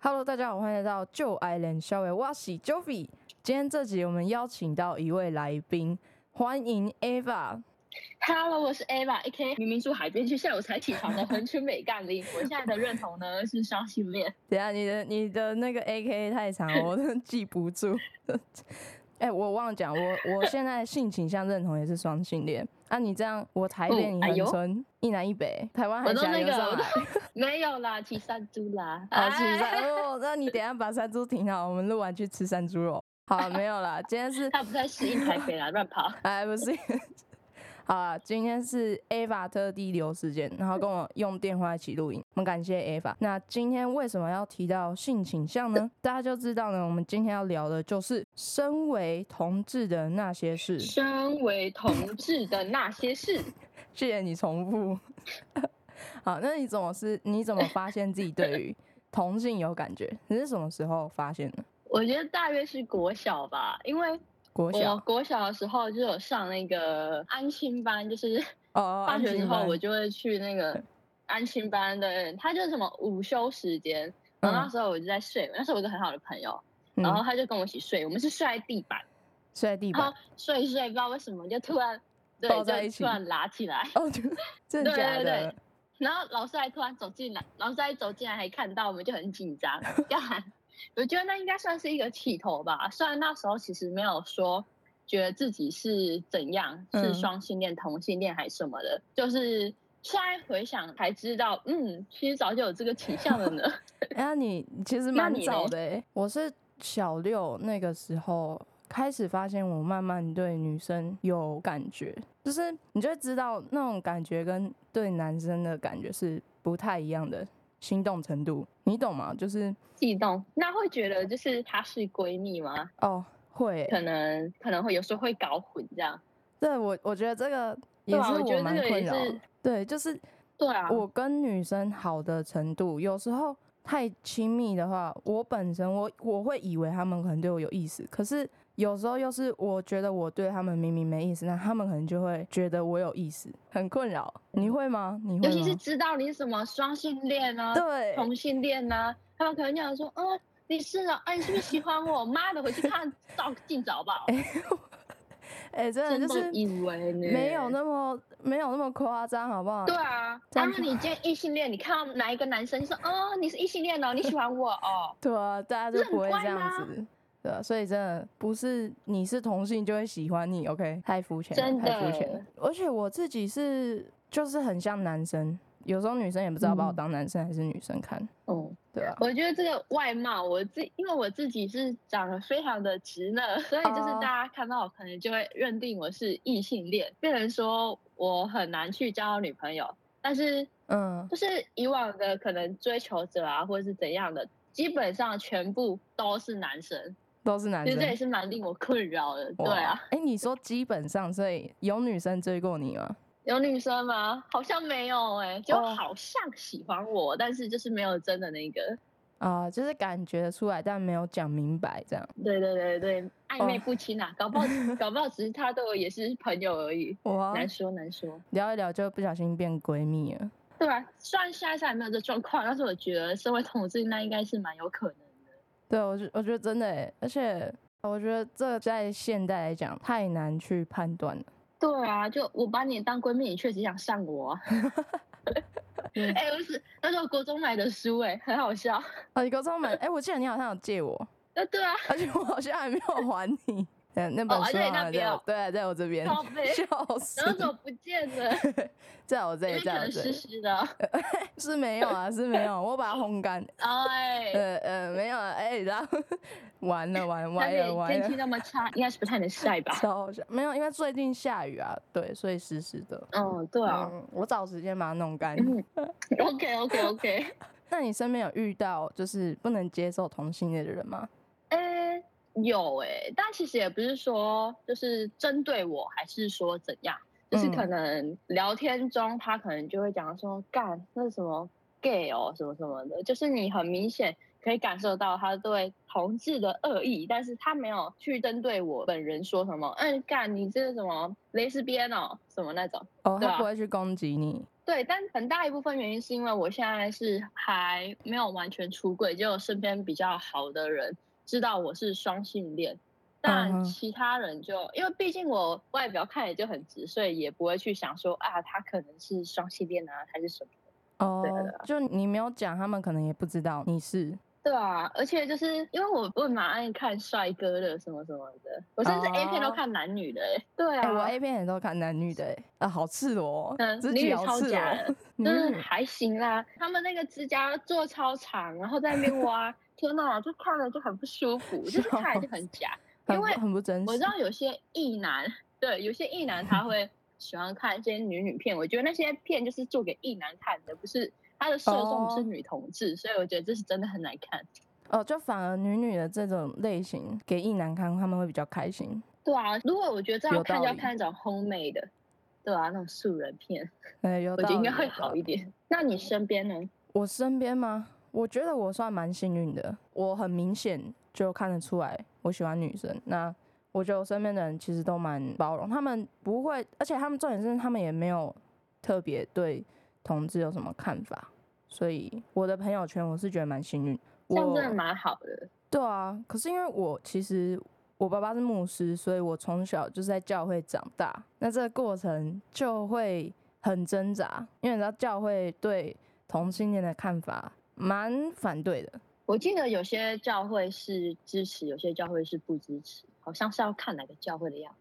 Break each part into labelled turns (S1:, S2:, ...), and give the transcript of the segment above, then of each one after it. S1: Hello，大家好，欢迎来到旧 Island 校园哇喜 Jovi。今天这集我们邀请到一位来宾，欢迎 Ava。
S2: Hello，我是 Ava。A.K. 明明住海边，却下午才起床的横春美 干林。我现在的认同呢是双性恋。
S1: 等一下你的你的那个 A.K. 太长了，我真的记不住。 哎、我忘了讲，我我现在性倾向认同也是双性恋。啊，你这样我台北
S2: 哦
S1: 你
S2: 哎
S1: 横
S2: 呦
S1: 村，一南一北，台湾海
S2: 我都
S1: 峡
S2: 那
S1: 游
S2: 个
S1: 上
S2: 我都
S1: 来。
S2: 没有啦，骑山猪 啦。
S1: 好吃
S2: 哎
S1: 山哦，那你等一下把山猪停好，我们录完去吃山猪肉。好，没有啦，今天是
S2: 他不太适应台北啦，乱 跑。
S1: 哎，不是。好啊，今天是 Ava 特地留时间，然后跟我用电话一起录音，我们感谢 Ava。那今天为什么要提到性倾向呢？ 大家就知道呢，我们今天要聊的就是身为同志的那些事。
S2: 身为同志的那些事，
S1: 谢谢你重复。 好，那你怎么是？你怎么发现自己对于同性有感觉？你是什么时候发现的？
S2: 我觉得大约是国小吧，因为
S1: 国小哦
S2: 我国小的时候就有上那个安亲班，就是
S1: 哦哦，
S2: 大学
S1: 安
S2: 之
S1: 静
S2: 后
S1: 班
S2: 我就会去 那个安亲班的，他就是什么午休时间，然后那
S1: 嗯
S2: 时候我就在睡，那时候我有一个很好的朋友，
S1: 嗯
S2: 然后他就跟我一起睡，我们是睡在地板，
S1: 睡在地
S2: 然
S1: 板
S2: 后睡一睡不知道为什么就突然 对
S1: 抱在
S2: 就
S1: 一起
S2: 突然拉起来，
S1: 哦，就真的
S2: 对
S1: 假
S2: 对
S1: 的
S2: 对？然后老师还突然走进来，老师还走进来还看到我们就很 紧张，干，我觉得那应该算是一个起头吧，虽然那时候其实没有说。觉得自己是怎样，是
S1: 嗯
S2: 双性恋、同性恋还是什么的，就是现在回想才知道，嗯，其实早就有这个倾向 了呢。
S1: 哎、那你你其实
S2: 那
S1: 蛮
S2: 你
S1: 早
S2: 嘞
S1: 的、欸，我是小六那个时候开始发现，我慢慢对女生有感觉，就是你就会知道那种感觉跟对男生的感觉是不太一样的心动程度，你懂吗？就是
S2: 悸动，那会觉得就是她是闺蜜吗？
S1: 哦，会欸、
S2: 可能可能会有时候会搞混这样。
S1: 对我我觉得这个也
S2: 对啊
S1: 是
S2: 我觉得
S1: 蛮
S2: 这个也
S1: 困扰的，
S2: 是
S1: 对，就是
S2: 对啊，
S1: 我跟女生好的程度，有时候太亲密的话，我本身我我会以为他们可能对我有意思，可是有时候又是我觉得我对他们明明没意思，那他们可能就会觉得我有意思，很困扰。你会吗？你会
S2: 嗯尤其是
S1: 吗？
S2: 知道你是什么双性恋啊、
S1: 嗯对，
S2: 同性恋啊，他们可能讲说，嗯，你是啊，哎，你是不是喜欢我？妈的，回去看照镜子好不好？
S1: 哎、真
S2: 真
S1: 的就
S2: 的
S1: 是
S2: 以为呢？
S1: 没有那么没有那么夸张，好不好？
S2: 对啊，
S1: 这
S2: 当
S1: 样
S2: 然你今天异性恋，你看到哪一个男生，你说哦，你是异性恋哦，你喜欢我 哦，
S1: 对啊，大家
S2: 这
S1: 就
S2: 很
S1: 不会
S2: 怪
S1: 这样
S2: 吗
S1: 子。对啊，所以真的不是你是同性就会喜欢你，OK？太肤浅
S2: 真
S1: 了，太肤
S2: 的
S1: 浅了。而且我自己是就是很像男生，有时候女生也不知道把我
S2: 嗯
S1: 当男生还是女生看，
S2: 嗯，
S1: 对啊。
S2: 我觉得这个外貌，我自因为我自己是长得非常的直呢，所以就是
S1: 哦
S2: 大家看到我可能就会认定我是异性恋，变成说我很难去交到女朋友。但是
S1: 嗯，
S2: 就是以往的可能追求者啊，或者是怎样的，基本上全部都是男生，
S1: 都是男
S2: 其实
S1: 生
S2: 这。也是蛮令我困扰的。对啊，
S1: 哇，哎、你说基本上，所以有女生追过你吗？
S2: 有女生吗？好像没有哎、就
S1: 哦
S2: 好像喜欢我，但是就是没有真的那个。
S1: 啊、就是感觉得出来，但没有讲明白这样。
S2: 对对对对，暧昧
S1: 哦
S2: 不清 啊，搞不好搞不好只是他对我也是朋友而已，
S1: 哇，
S2: 难说难说。
S1: 聊一聊就不小心变闺蜜了。
S2: 对啊，虽然现在是还没有这状况，但是我觉得身为同志，那应该是蛮有可能的。
S1: 对，我觉我觉得真的欸，而且我觉得这在现代来讲太难去判断了。
S2: 对啊，就我把你当闺蜜，你确实想上我、啊。
S1: 嗯
S2: 哎、不是，那是我国中买的书、哎，很好笑。
S1: 哦，你高中买，哎、我记得你好像有借我，
S2: 呃，对啊，
S1: 而且我好像还没有还你。嗯，那本
S2: 而
S1: 书
S2: 且你
S1: 好像
S2: 那边
S1: 在我
S2: 哦
S1: 对，在我这边，
S2: 靠背
S1: 笑死
S2: 然，后怎么不见了？
S1: 在我这
S2: 因
S1: 里，
S2: 为可
S1: 在我这
S2: 能湿
S1: 里
S2: 湿的。
S1: 是没有啊，是没有，我把它烘 干，
S2: 哎，
S1: 呃呃，没有啊，哎、然后完了完
S2: 台
S1: 完
S2: 北
S1: 了完
S2: 天气
S1: 了，
S2: 那么差，应该是不太能晒 吧？
S1: 超好笑，没有，因为最近下雨啊，对，所以湿湿的。
S2: 嗯，对啊。
S1: 嗯，我找时间把它弄干。
S2: 嗯 OK OK OK。
S1: 那你身边有遇到就是不能接受同性恋的人吗？
S2: 诶，有诶，但其实也不是说就是针对我，还是说怎样，就是可能聊天中他可能就会讲说干那是什么 gay 哦，什么什么的，就是你很明显可以感受到他对同志的恶意，但是他没有去针对我本人说什么，嗯，干你这是什么蕾丝边哦，什么那种，
S1: 哦，
S2: 对
S1: 他
S2: 啊
S1: 不会去攻击你。
S2: 对，但很大一部分原因是因为我现在是还没有完全出柜，就身边比较好的人知道我是双性恋，
S1: 嗯哼
S2: 但其他人就、因为毕竟我外表看也就很直，所以也不会去想说啊，他可能是双性恋啊，还是什么。
S1: 哦
S2: 对啊的，
S1: 就你没有讲，他们可能也不知道你是
S2: 对啊，而且就是因为我不蛮爱看帅哥的什么什么的，我甚至
S1: 哦
S2: A 片都看男女的、欸。对
S1: 哎、
S2: 啊，
S1: 我 A 片也都看男女的、欸，啊，好赤裸、哦，
S2: 嗯
S1: 自
S2: 女
S1: 己
S2: 女
S1: 好
S2: 超
S1: 赤
S2: 假
S1: 裸
S2: 的，
S1: 女
S2: 嗯，
S1: 女
S2: 还行啦。他们那个指甲做超长，然后在那 边挖，天哪，就看了就很不舒服，就是看了就很假。因
S1: 很不
S2: 为
S1: 很不真实，
S2: 我知道有些异男，对，有些异男他会喜欢看一些女女片，我觉得那些片就是做给异男看的，不是他的受众不
S1: 哦
S2: 是女同志，所以我觉得这是真的很难看。
S1: 哦，就反而女女的这种类型给异男看，他们会比较开心。
S2: 对啊，如果我觉得这
S1: 有
S2: 样看
S1: 道
S2: 就要
S1: 理
S2: 看那种烘焙的，对啊，那种素人片，
S1: 哎，有
S2: 我
S1: 道
S2: 觉
S1: 理，
S2: 得应该会
S1: 有道
S2: 好
S1: 理
S2: 一点。那你身边呢？
S1: 我身边吗？我觉得我算蛮幸运的，我很明显就看得出来我喜欢女生。那我觉得我身边的人其实都蛮包容，他们不会，而且他们重点是他们也没有特别对同志有什么看法，所以我的朋友圈我是觉得蛮幸运。
S2: 这样
S1: 我
S2: 真的蛮好的。
S1: 对啊，可是因为我其实我爸爸是牧师，所以我从小就是在教会长大。那这个过程就会很挣扎，因为你知道教会对同性恋的看法蛮反对的。
S2: 我记得有些教会是支持，有些教会是不支持，好像是要看哪个教会的样子。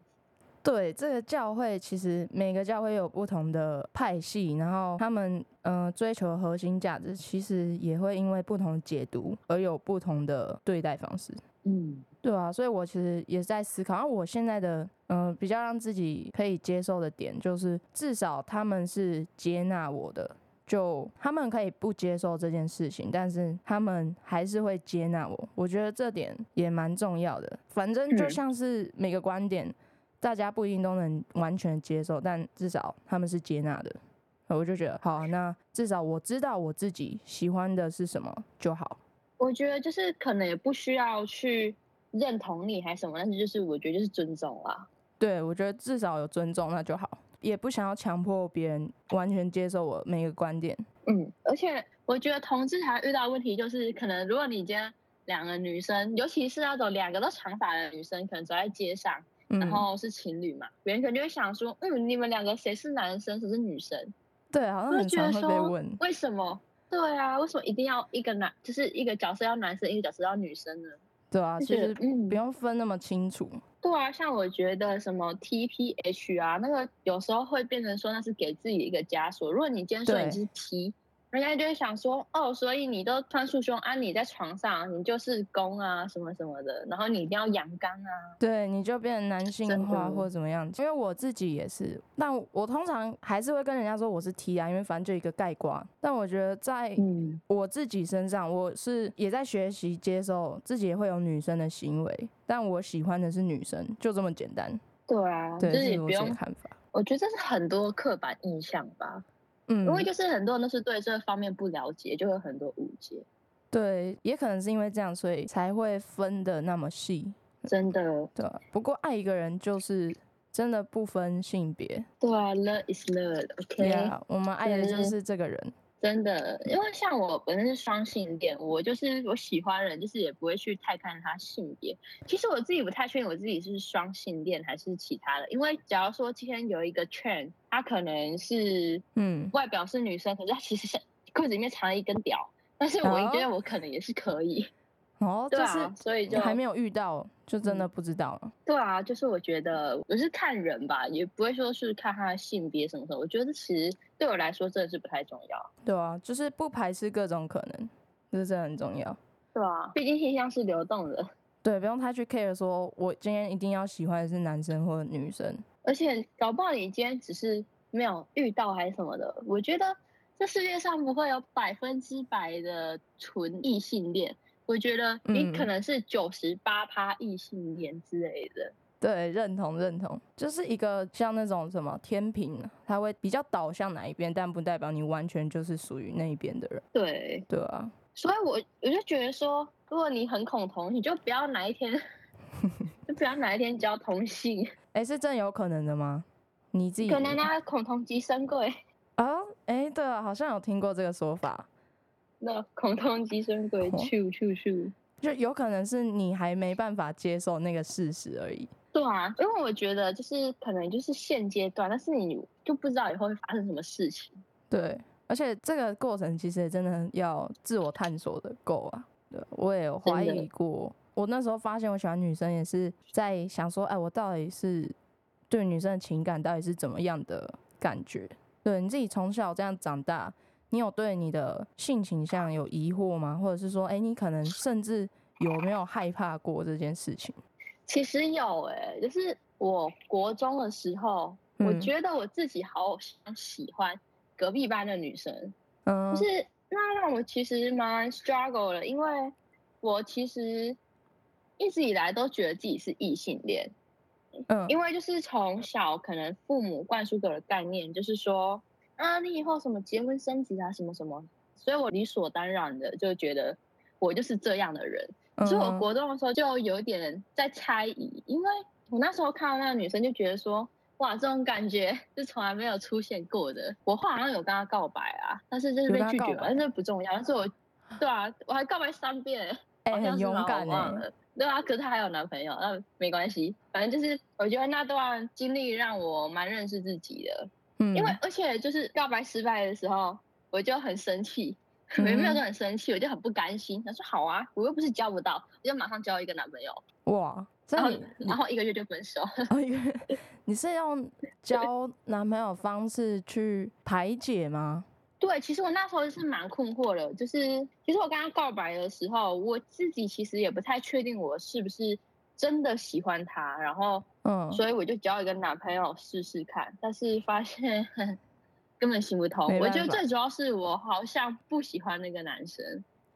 S1: 对这个教会，其实每个教会有不同的派系，然后他们呃追求的核心价值，其实也会因为不同的解读而有不同的对待方式。
S2: 嗯，
S1: 对啊，所以我其实也是在思考，然后我现在的嗯、呃比较让自己可以接受的点，就是至少他们是接纳我的，就他们可以不接受这件事情，但是他们还是会接纳我。我觉得这点也蛮重要的。反正就
S2: 嗯
S1: 像是每个观点，大家不一定都能完全接受，但至少他们是接纳的。我就觉得好啊、那至少我知道我自己喜欢的是什么就好。
S2: 我觉得就是可能也不需要去认同你还是什么，但是就是我觉得就是尊重啦。
S1: 对，我觉得至少有尊重那就好，也不想要强迫别人完全接受我每个观点。
S2: 嗯，而且我觉得同志还遇到的问题就是，可能如果你今天两个女生，尤其是那种两个都长发的女生，可能走在街上，
S1: 嗯，
S2: 然后是情侣嘛，别人可能就会想说，嗯，你们两个谁是男生，谁是女生？
S1: 对，好像
S2: 我
S1: 很
S2: 就觉
S1: 常会
S2: 得
S1: 被
S2: 说
S1: 问，
S2: 为什么？对啊，为什么一定要一个男，就是一个角色要男生，一个角色要女生呢？
S1: 对啊，
S2: 就
S1: 其
S2: 觉
S1: 实
S2: 得嗯
S1: 不用分那么清楚。
S2: 对啊，像我觉得什么 TPH 啊，那个有时候会变成说那是给自己一个枷锁。如果你今天说
S1: 对
S2: 你是 T，人家就会想说哦，所以你都穿束胸啊，你在床上你就是攻啊什么什么的，然后你一定要阳刚啊。
S1: 对，你就变得男性
S2: 真
S1: 化
S2: 的
S1: 或者怎么样？因为我自己也是，但我通常还是会跟人家说我是 T 啊，因为反正就一个盖瓜。但我觉得在
S2: 嗯，
S1: 我自己身上，我是也在学习接受自己也会有女生的行为，但我喜欢的是女生，就这么简单。
S2: 对啊，就
S1: 对，
S2: 是也
S1: 是我
S2: 不
S1: 自己的
S2: 用，
S1: 看法。
S2: 我觉得这是很多刻板印象吧，
S1: 嗯，
S2: 因为就是很多人都是对这方面不了解，就会有很多误解。
S1: 对，也可能是因为这样，所以才会分的那么细。
S2: 真的，
S1: 对啊，不过爱一个人就是真的不分性别。
S2: 对啊，love is love，OK，、
S1: 对啊，我们爱的就
S2: 对
S1: 是这个人。
S2: 真的，因为像我本身是双性恋，我就是我喜欢人，就是也不会去太看他性别。其实我自己不太确定我自己是双性恋还是其他的，因为假如说今天有一个圈，他可能是
S1: 嗯，
S2: 外表是女生，可是他其实是裤子里面藏了一根屌，但是我
S1: 哦
S2: 觉得我可能也是可以，
S1: 哦，
S2: 对
S1: 就
S2: 啊，
S1: 是
S2: 所以就嗯
S1: 还没有遇到，就真的不知道了。
S2: 对啊，就是我觉得我是看人吧，也不会说是看他的性别什么什么。我觉得其实对我来说真的是不太重要。
S1: 对啊，就是不排斥各种可能，这真的很重要。
S2: 对啊，毕竟性向是流动的，
S1: 对，不用太去 care 说我今天一定要喜欢的是男生或者女生。
S2: 而且搞不好你今天只是没有遇到还是什么的。我觉得这世界上不会有百分之百的纯异性恋，我觉得你可
S1: 嗯
S2: 能是九十八趴异性恋之类的。
S1: 对，认同认同，就是一个像那种什么天平，它会比较导向哪一边，但不代表你完全就是属于那一边的人，
S2: 对，
S1: 对啊，
S2: 所以我我就觉得说，如果你很恐同，你就不要哪一 天，就不要哪一天交同性，嗯
S1: 哎，是真有可能的吗？你自己
S2: 可能啊，恐同即生贵。
S1: 啊，哎、对啊，好像有听过这个说法，
S2: 那恐同寄生鬼，
S1: 哦
S2: 去去去。
S1: 就有可能是你还没办法接受那个事实而已。
S2: 对啊，因为我觉得就是可能就是现阶段，但是你就不知道以后会发生什么事情。
S1: 对，而且这个过程其实也真的要自我探索的够啊。对，我也有怀
S2: 真的
S1: 疑过，我那时候发现我喜欢女生也是在想说，哎，我到底是对女生的情感到底是怎么样的感觉？对你自己从小这样长大，你有对你的性倾向有疑惑吗？或者是说，哎，你可能甚至有没有害怕过这件事情？
S2: 其实有诶、就是我国中的时候，我
S1: 嗯
S2: 觉得我自己好像喜欢隔壁班的女生，
S1: 嗯，
S2: 就是那让我其实蛮 struggle 了，因为我其实一直以来都觉得自己是异性恋，
S1: 嗯
S2: 因为就是从小可能父母灌输给我的概念就是说，啊，你以后什么结婚生子啊，什么什么，所以我理所当然的就觉得我就是这样的人。
S1: 嗯
S2: 所以我国中的时候就有点在猜疑，因为我那时候看到那个女生就觉得说，哇，这种感觉是从来没有出现过的。我后来好像有跟她告白啊，但是就是
S1: 有
S2: 被
S1: 跟她
S2: 拒
S1: 告
S2: 绝了，
S1: 白
S2: 但是不重要。但是我，对啊，我还告白三遍、欸，
S1: 哎、
S2: 好
S1: 很
S2: 像是
S1: 勇
S2: 吧
S1: 敢
S2: 我
S1: 哎、
S2: 忘了。对啊，可是她还有男朋友，那没关系。反正就是，我觉得那段经历让我蛮认识自己的，
S1: 嗯，
S2: 因为而且就是告白失败的时候，我就很生气，我也没
S1: 嗯
S2: 有说很生气，我就很不甘心。他说好啊，我又不是交不到，我就马上交一个男朋友，
S1: 哇，这
S2: 然后
S1: 你
S2: 然后一个月就分手。
S1: 哦，因为你是用交男朋友方式去排解吗？
S2: 对，其实我那时候是蛮困惑的，就是其实我跟他告白的时候，我自己其实也不太确定我是不是真的喜欢他，然后
S1: 嗯，
S2: 所以我就交一个男朋友试试看，但是发现 根本行不通
S1: 没。
S2: 我觉
S1: 办
S2: 得
S1: 法
S2: 最主要是我好像不喜欢那个男生。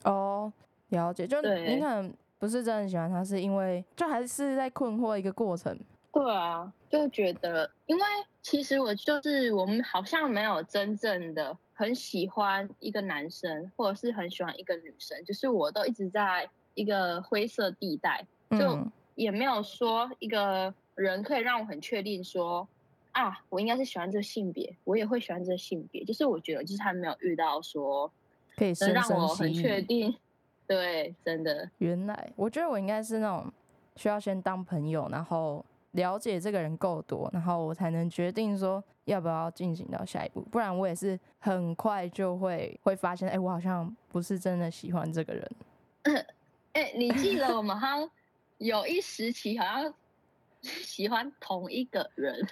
S1: 哦，了解，就你
S2: 对
S1: 可能不是真的喜欢他，是因为就还是在困惑一个过程。
S2: 对啊，就觉得，因为其实我就是我们好像没有真正的很喜欢一个男生，或者是很喜欢一个女生，就是我都一直在一个灰色地带，就
S1: 嗯
S2: 也没有说一个人可以让我很确定说啊，我应该是喜欢这个性别，我也会喜欢这个性别，就是我觉得就是还没有遇到说
S1: 可以
S2: 能
S1: 深
S2: 让
S1: 深
S2: 我
S1: 吸
S2: 很确
S1: 引。
S2: 定，对，真的。
S1: 原来，我觉得我应该是那种需要先当朋友，然后了解这个人够多，然后我才能决定说要不要进行到下一步。不然我也是很快就会会发现，哎、我好像不是真的喜欢这个人。
S2: 哎、你记得我们好像有一时期好像 喜欢同一个人，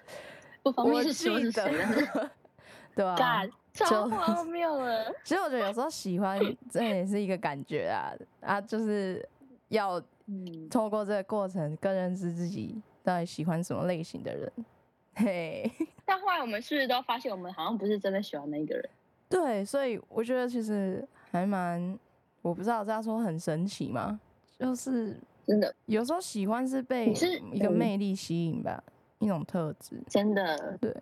S2: 不方
S1: 我
S2: 便说是
S1: 记
S2: 谁，但是
S1: 得， 对 吧、啊
S2: 干？ 超
S1: 就
S2: 荒谬了。
S1: 其实我觉得有时候喜欢这也是一个感觉啊啊，就是要
S2: 嗯，
S1: 透过这个过程更认识自己到底喜欢什么类型的人。 嘿，
S2: 但后来我们是不是都发现我们好像不是真的喜欢那个人？
S1: 对，所以我觉得其实还蛮，我不知道这样说很神奇吗？就是
S2: 真的，
S1: 有时候喜欢是被
S2: 你是
S1: 一个
S2: 嗯
S1: 魅力吸引吧，一种特质。
S2: 真的，
S1: 对，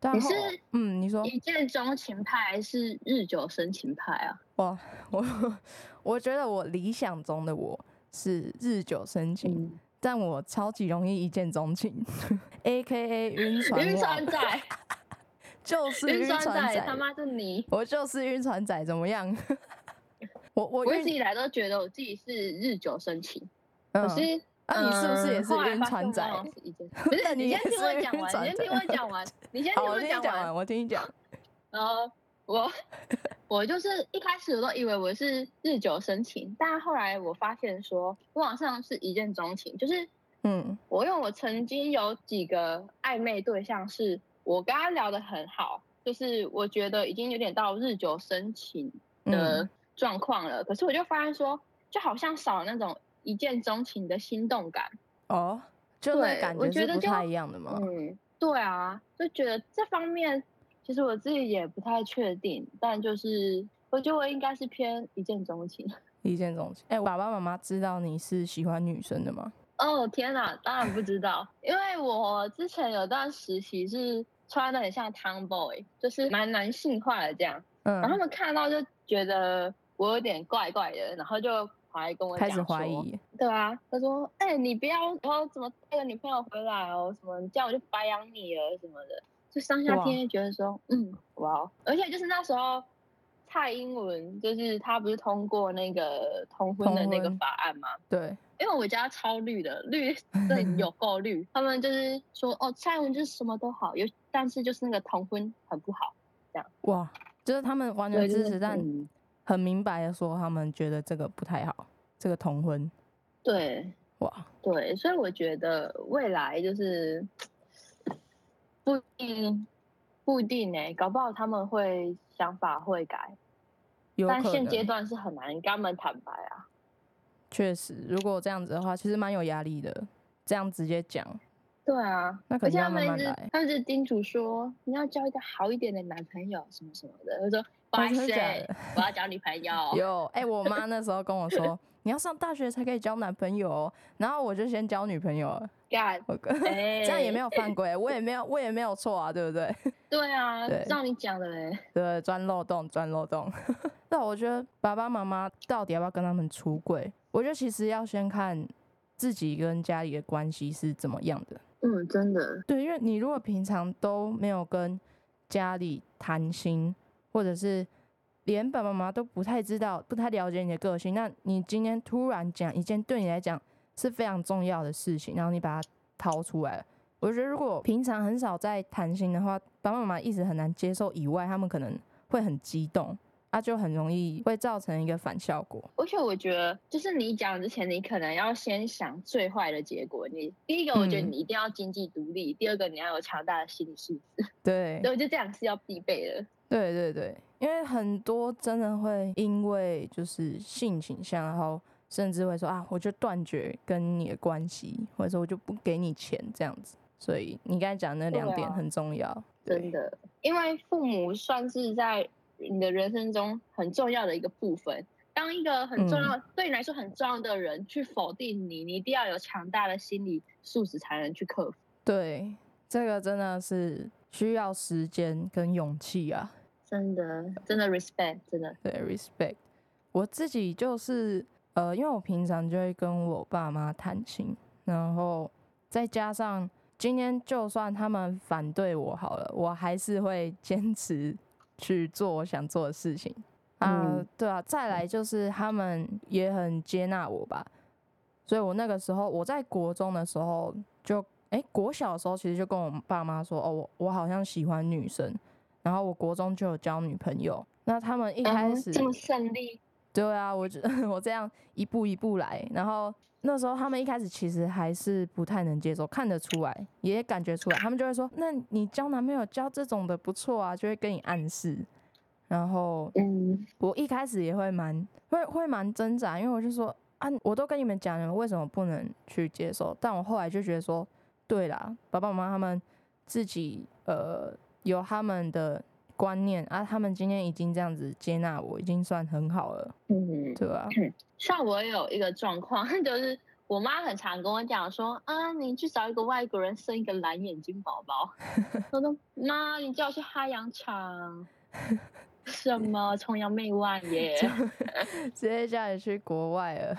S1: 但
S2: 你
S1: 后
S2: 是
S1: 嗯，你说
S2: 一见钟情派还是日久生情派啊？
S1: 哇，我我觉得我理想中的我是日久生情，
S2: 嗯，
S1: 但我超级容易一见钟情，A K A 晕船
S2: 晕
S1: 王
S2: 船仔，
S1: 就是
S2: 晕
S1: 晕
S2: 船
S1: 船
S2: 仔，
S1: 仔，
S2: 他妈是你！
S1: 我就是晕船仔，怎么样？ 我我
S2: 我一直
S1: 晕，
S2: 以来都觉得我自己是日久生情，可
S1: 嗯，
S2: 是。
S1: 那你是不是也
S2: 嗯
S1: 是
S2: 后来
S1: 晕
S2: 发现
S1: 船
S2: 我
S1: 仔
S2: 好像是 一件不是，
S1: 但你
S2: 你先
S1: 也
S2: 听
S1: 是
S2: 我讲
S1: 晕
S2: 完，
S1: 船
S2: 你先听
S1: 仔
S2: 我讲 完，你先
S1: 好，
S2: 听
S1: 我听你
S2: 讲
S1: 讲
S2: 完
S1: 完，。我听你讲，
S2: 然后 我我就是一开始我都以为我是日久生情，但后来我发现说，我好像是一见钟情，就是
S1: 嗯
S2: 我因为我曾经有几个暧昧对象是我跟他聊得很好，就是我觉得已经有点到日久生情的
S1: 嗯
S2: 状况了，可是我就发现说，就好像少了那种一见钟情的心动感。
S1: 哦，就那
S2: 对
S1: 感
S2: 我
S1: 觉
S2: 觉
S1: 是
S2: 得
S1: 不
S2: 就
S1: 太一样的嘛，
S2: 嗯，对啊，就觉得这方面其实我自己也不太确定，但就是我觉得我应该是偏一见钟情。
S1: 一见钟情。哎、爸爸妈妈知道你是喜欢女生的吗？
S2: 哦天哪，当然不知道，因为我之前有段时期是穿的很像 tomboy，就是蛮男性化的这样，然后他
S1: 嗯，
S2: 们看到就觉得我有点怪怪的，然后就跑来跟我
S1: 开始
S2: 讲
S1: 怀
S2: 说
S1: 疑，
S2: 对啊，他说：“哦哎、你不要以后怎么带个女朋友回来哦，什么这样我就白养你了什么的。”就当下
S1: 哇
S2: 听就觉得说，嗯，哇哦，而且就是那时候蔡英文就是他不是通过那个同婚的那
S1: 同
S2: 个
S1: 婚
S2: 法案吗？
S1: 对，
S2: 因为我家超绿的， 绿真的有够绿。他们就是说，哦，蔡英文就是什么都好，有但是就是那个同婚很不好，
S1: 哇，就是他们完全
S2: 对，就
S1: 支
S2: 是
S1: 持，但
S2: 嗯
S1: 很明白的说，他们觉得这个不太好，这个同婚，
S2: 对
S1: 哇，
S2: 对，所以我觉得未来就是不一定不一定呢、搞不好他们会想法会改，
S1: 有
S2: 但
S1: 可
S2: 现
S1: 能
S2: 阶段是很难跟他们坦白啊。
S1: 确实，如果这样子的话，其实蛮有压力的。这样直接讲，
S2: 对啊，
S1: 那可能
S2: 而且
S1: 要
S2: 他
S1: 慢
S2: 们一
S1: 慢
S2: 直
S1: 来。
S2: 他们一直叮嘱说，你要交一个好一点的男朋友什么什么的。我说不
S1: 哦
S2: 好意
S1: 真
S2: 思
S1: 的假
S2: 欸
S1: 的，
S2: 我要交女朋友。
S1: 有哎、我妈那时候跟我说，你要上大学才可以交男朋友哦，然后我就先交女朋友了。
S2: 干，
S1: 我哥
S2: 哎，
S1: 这样也没有犯规，我也没有，我也没有错啊，对不对？
S2: 对啊，
S1: 对
S2: 照你讲的欸嘞，
S1: 对，钻漏洞，钻漏洞。 那我觉得爸爸妈妈到底要不要跟他们出柜？我觉得其实要先看自己跟家里的关系是怎么样的。
S2: 嗯，真的，
S1: 对，因为你如果平常都没有跟家里谈心，或者是连爸爸妈妈都不太知道、不太了解你的个性，那你今天突然讲一件对你来讲是非常重要的事情，然后你把它掏出来了，我觉得如果平常很少在谈心的话，爸爸妈妈一直很难接受以外，他们可能会很激动，啊，就很容易会造成一个反效果。
S2: 而且我觉得，就是你讲之前，你可能要先想最坏的结果。你第一个，我觉得
S1: 嗯
S2: 你一定要经济独立；第二个，你要有强大的心理素质。
S1: 对
S2: 对，我觉得这两个是要必备的。
S1: 对对对，因为很多真的会因为就是性倾向，然后甚至会说啊，我就断绝跟你的关系，或者说我就不给你钱这样子。所以你刚才讲的那
S2: 对
S1: 两点
S2: 啊
S1: 很重要，
S2: 真
S1: 的，
S2: 的，因为父母算是在你的人生中很重要的一个部分。当一个很重
S1: 嗯
S2: 要、对你来说很重要的人去否定你，你一定要有强大的心理素质才能去克服。
S1: 对，这个真的是需要时间跟勇气啊。
S2: 真的，真的 respect，真的，
S1: 对，respect。我自己就是呃，因为我平常就会跟我爸妈谈心，然后再加上今天就算他们反对我好了，我还是会坚持去做我想做的事情。啊、
S2: 嗯
S1: 对啊，再来就是他们也很接纳我吧，所以我那个时候我在国中的时候就，哎、国小的时候其实就跟我爸妈说，哦，我我好像喜欢女生，然后我国中就有交女朋友，那他们一开
S2: 嗯
S1: 始、
S2: 这么胜利，
S1: 对啊，我觉 我这样一步一步来，然后那时候他们一开始其实还是不太能接受，看得出来，也感觉出来，他们就会说：“那你交男朋友交这种的不错啊”，就会跟你暗示。然后
S2: 嗯，
S1: 我一开始也会蛮会会蛮挣扎，因为我就说啊，我都跟你们讲，你们为什么不能去接受？但我后来就觉得说，对啦，爸爸妈妈他们自己呃有他们的观念啊，他们今天已经这样子接纳我，已经算很好了，
S2: 嗯，
S1: 对吧、
S2: 像我也有一个状况， 就是我妈很常跟我讲说，啊，你去找一个外国人生一个蓝眼睛宝宝。我说妈，你叫我去哈洋场，什么崇洋媚外耶？
S1: 直接叫你去国外了。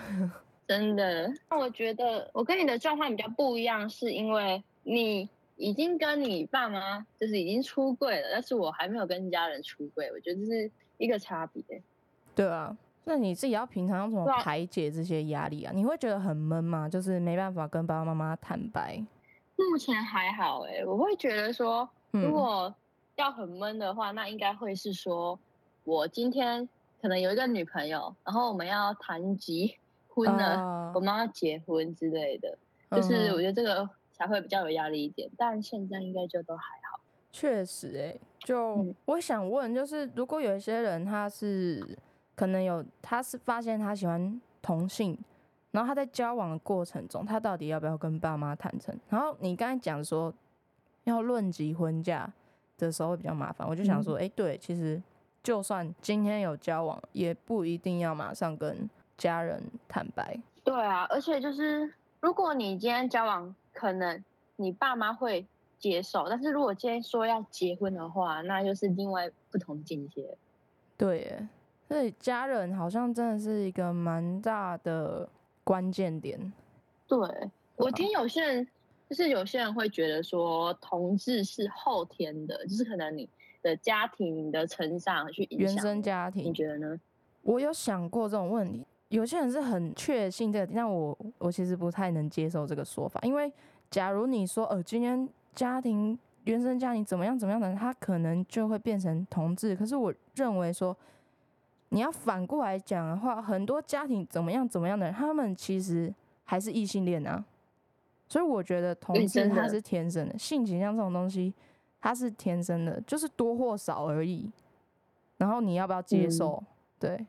S2: 真的。那我觉得我跟你的状况比较不一样，是因为你已经跟你爸妈就是已经出柜了，但是我还没有跟家人出柜，我觉得这是一个差别。
S1: 对啊，那你自己要平常要怎么
S2: 对啊
S1: 排解这些压力啊？你会觉得很闷吗？就是没办法跟爸爸妈妈坦白。
S2: 目前还好哎、我会觉得说，如
S1: 嗯，
S2: 果要很闷的话，那应该会是说，我今天可能有一个女朋友，然后我们要谈及婚了，
S1: 啊
S2: 我们要结婚之类的，就
S1: 嗯
S2: 是
S1: 哼
S2: 我觉得这个才会比较有压力一点。但现在应该就都还好。
S1: 确实、欸，就、
S2: 嗯
S1: 我想问，就是如果有一些人他是可能有他是发现他喜欢同性，然后他在交往的过程中，他到底要不要跟爸妈坦诚？然后你刚才讲说要论及婚嫁的时候会比较麻烦，我就想说，哎、对，其实就算今天有交往，也不一定要马上跟家人坦白。
S2: 对啊，而且就是如果你今天交往，可能你爸妈会接受，但是如果今天说要结婚的话，那又是另外不同境界。
S1: 对耶，所以家人好像真的是一个蛮大的关键点。啊
S2: 对，我听有些人就是有些人会觉得说同志是后天的，就是可能你的家庭、你的成长去影响
S1: 原生家
S2: 你
S1: 庭。
S2: 觉得呢？
S1: 我有想过这种问题，有些人是很确信这个，但我我其实不太能接受这个说法，因为假如你说呃今天家庭原生家庭怎么样怎么样的，他可能就会变成同志。可是我认为说，你要反过来讲的话，很多家庭怎么样怎么样的人，他们其实还是异性恋啊。所以我觉得同
S2: 嗯
S1: 志
S2: 真
S1: 他
S2: 的
S1: 是天生的，性倾向这种东西它是天生的，就是多或少而已。然后你要不要接
S2: 嗯
S1: 受？对，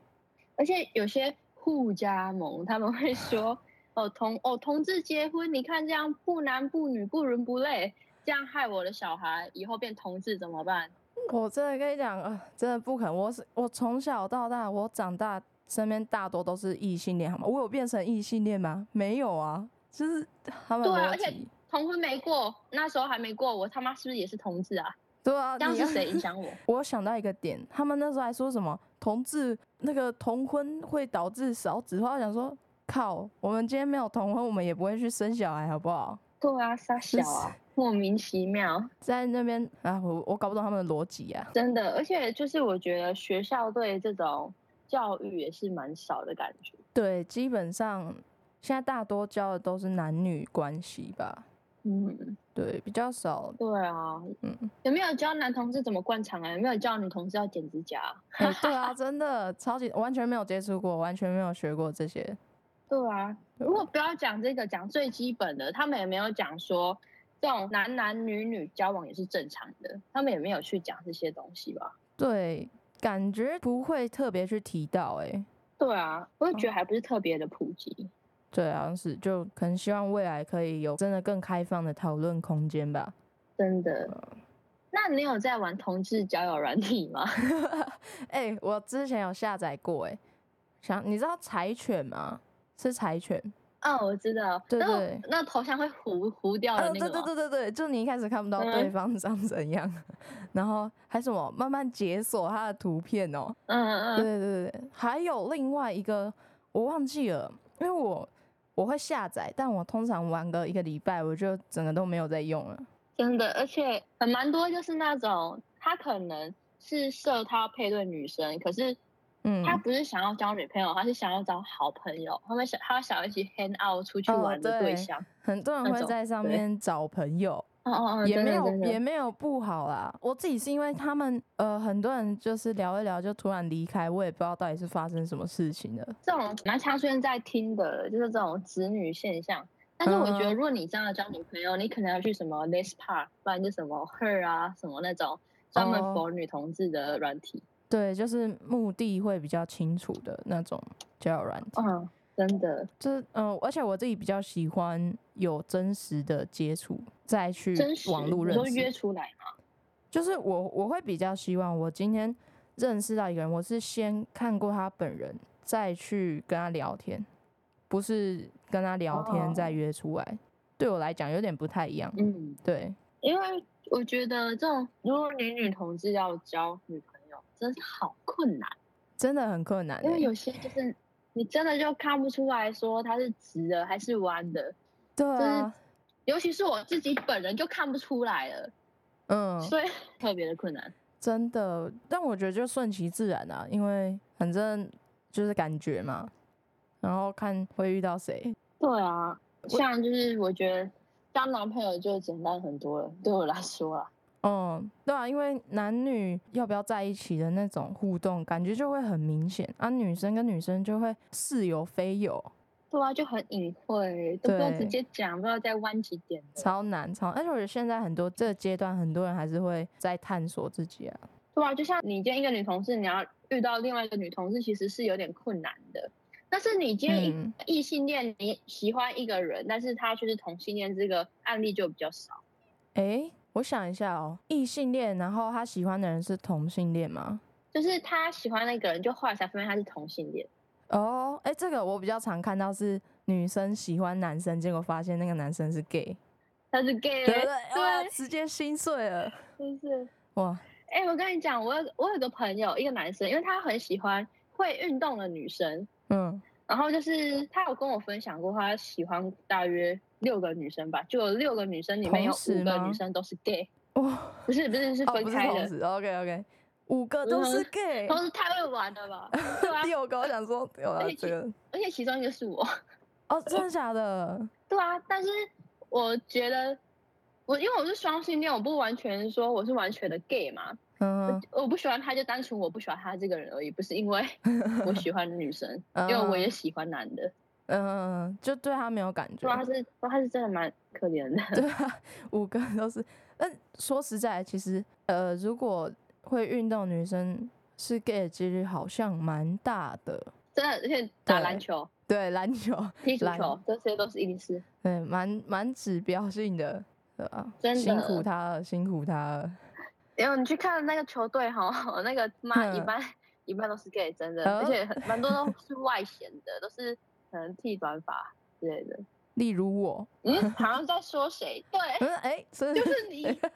S2: 而且有些互加盟他们 会说，哦同哦同志结婚，你看这样不男不女不伦不类，这样害我的小孩以后变同志怎么办？
S1: 我真的跟你讲，啊，真的不肯。我是我从小到大，我长大身边大多都是异性恋，好吗？我有变成异性恋吗？没有啊，就是他们
S2: 对啊
S1: 逻
S2: 而且
S1: 辑。
S2: 同婚没过，那时候还没过，我他妈是不是也是同志啊？
S1: 对啊，
S2: 这样
S1: 你
S2: 是
S1: 要
S2: 谁影 响我？
S1: 我有想到一个点，他们那时候还说什么同志那个同婚会导致少子化，我想说靠，我们今天没有同婚，我们也不会去生小孩，好不好？
S2: 对啊，傻小啊，莫名其妙。
S1: 在那边啊，我我搞不懂他们的逻辑啊。
S2: 真的，而且就是我觉得学校对这种教育也是蛮少的感觉。
S1: 对，基本上现在大多教的都是男女关系吧，
S2: 嗯，
S1: 对，比较少
S2: 对啊，
S1: 嗯，
S2: 有没有教男同志怎么灌肠啊？有没有教女同志要剪指甲啊？
S1: 哎对啊，真的超级完全没有接触过，完全没有学过这些。
S2: 对啊，如果不要讲这个，讲最基本的，他们也没有讲说这种男男女女交往也是正常的，他们也没有去讲这些东西吧？
S1: 对，感觉不会特别去提到、哎，
S2: 对啊，我就觉得还不是特别的普及。
S1: 对，好像是，就可能希望未来可以有真的更开放的讨论空间吧。
S2: 真的。那你有在玩同志交友软体吗？
S1: 哎、我之前有下载过、哎，想你知道柴犬吗？是柴犬，
S2: 哦，我知道，
S1: 对
S2: 那种
S1: 对
S2: 那头像会糊糊掉
S1: 啊，
S2: 哦的那
S1: 对
S2: 个
S1: 对
S2: 吗，
S1: 对对对，就你一开始看不到对
S2: 嗯
S1: 方长怎样， 然后还什么慢慢解锁它的图片哦、
S2: 嗯嗯
S1: 对对对对，还有另外一个我忘记了，因为我我会下载，但我通常玩个一个礼拜，我就整个都没有在用了。
S2: 真的，而且很蛮多就是那种他可能是社他配对女生，可是
S1: 嗯，
S2: 他不是想要交女朋友，他是想要找好朋友，他们想他想要一起 hang out 出去
S1: 哦
S2: 玩的对
S1: 对
S2: 象。
S1: 很多人
S2: 那
S1: 会
S2: 种
S1: 在上
S2: 对
S1: 面找朋友，
S2: 哦哦哦，
S1: 也
S2: 真
S1: 没
S2: 的
S1: 有
S2: 真
S1: 也
S2: 的，
S1: 没有不好啦。我自己是因为他们呃，很多人就是聊一聊就突然离开，我也不知道到底是发生什么事情了。
S2: 这种蛮常出现在听的，就是这种子女现象。但是我觉得，
S1: 嗯
S2: 如果你真的交女朋友，你可能要去什么 this part，不然就什么 her 啊，什么那种专门
S1: 哦
S2: for 女同志的软体。
S1: 对，就是目的会比较清楚的那种交友软件。
S2: 嗯，真的，
S1: 就是嗯、呃而且我自己比较喜欢有真实的接触，再去
S2: 真实。
S1: 网络
S2: 你说
S1: 认
S2: 约
S1: 识。
S2: 出来嘛？
S1: 就是我我会比较希望我今天认识到一个人，我是先看过他本人，再去跟他聊天，不是跟他聊天
S2: 哦
S1: 再约出来。对我来讲有点不太一样。
S2: 嗯，
S1: 对，
S2: 因为我觉得这种如果你女同志要交女朋友，真是好困难，
S1: 真的很困难欸、
S2: 因为有些就是你真的就看不出来说她是直的还是弯的，
S1: 对
S2: 是
S1: 啊，
S2: 尤其是我自己本人就看不出来了，
S1: 嗯，
S2: 所以特别的困难。
S1: 真的。但我觉得就顺其自然啊，因为反正就是感觉嘛，然后看会遇到谁。
S2: 对啊，像就是我觉得交男朋友就简单很多了，对我来说啊。
S1: 嗯，对啊，因为男女要不要在一起的那种互动，感觉就会很明显啊。女生跟女生就会似有非有，
S2: 对啊，就很隐晦，都不要直
S1: 对
S2: 接讲，不要再弯几点了。
S1: 超难超。而且我觉得现在很多这个阶段，很多人还是会在探索自己啊。
S2: 对啊，就像你见一个女同事，你要遇到另外一个女同事，其实是有点困难的。但是你今天一
S1: 嗯
S2: 异性恋，你喜欢一个人，但是他却是同性恋，这个案例就比较少。
S1: 诶，我想一下哦，异性恋，然后他喜欢的人是同性恋吗？
S2: 就是他喜欢那个人，就后来才发现他是同性恋。
S1: 哦，诶，这个我比较常看到是女生喜欢男生，结果发现那个男生是 gay，
S2: 他是 gay，
S1: 对不对？哇，
S2: 对
S1: 直接心碎了，
S2: 就是。
S1: 哇，
S2: 哎、我跟你讲，我有我有个朋友，一个男生，因为他很喜欢会运动的女生，
S1: 嗯，
S2: 然后就是他有跟我分享过，他喜欢大约六个女生吧，就有六个女生里面有
S1: 同时
S2: 五个
S1: 吗
S2: 女生都是 gay，
S1: 哇，
S2: 不是不是 是
S1: 哦，
S2: 分
S1: 不是
S2: 开
S1: 同
S2: 的，
S1: 时，OK OK，五个
S2: 不是
S1: 都
S2: 同
S1: 是
S2: 时
S1: gay，
S2: 同时太会玩了吧？ 对啊，
S1: 六个，我想说，有啊
S2: 而且，
S1: 这个，
S2: 而且其中一个是我，
S1: 哦，真的假的？
S2: 对啊，但是我觉得我因为我是双性恋，我不完全说我是完全的 gay 嘛，
S1: 嗯
S2: 我不喜欢他就单纯我不喜欢他这个人而已，不是 因为我喜欢女生，
S1: 哼，
S2: 因为我也
S1: 嗯
S2: 喜欢男的，
S1: 嗯，就对他没有感觉
S2: 对，啊，他是他是真的蛮可怜的。
S1: 对啊，五个都是。但说实在，其实呃，如果会运动的女生是 gay 的几率好像蛮大的。
S2: 真的，而且打
S1: 对
S2: 篮球、
S1: 对，篮球，
S2: 踢足
S1: 篮
S2: 球，这些都是一定是
S1: 对，蛮蛮指标性的，对啊，
S2: 真的
S1: 辛苦他了，辛苦他了。
S2: 然后你去看那个球队哈，那个妈一
S1: 嗯
S2: 般一般都是 gay，真的，
S1: 哦
S2: 而且很蛮多都是外显的，都是可能剃短发之类的。
S1: 例如我，
S2: 嗯，好像在说谁？对，
S1: 嗯，哎，所以
S2: 就是你。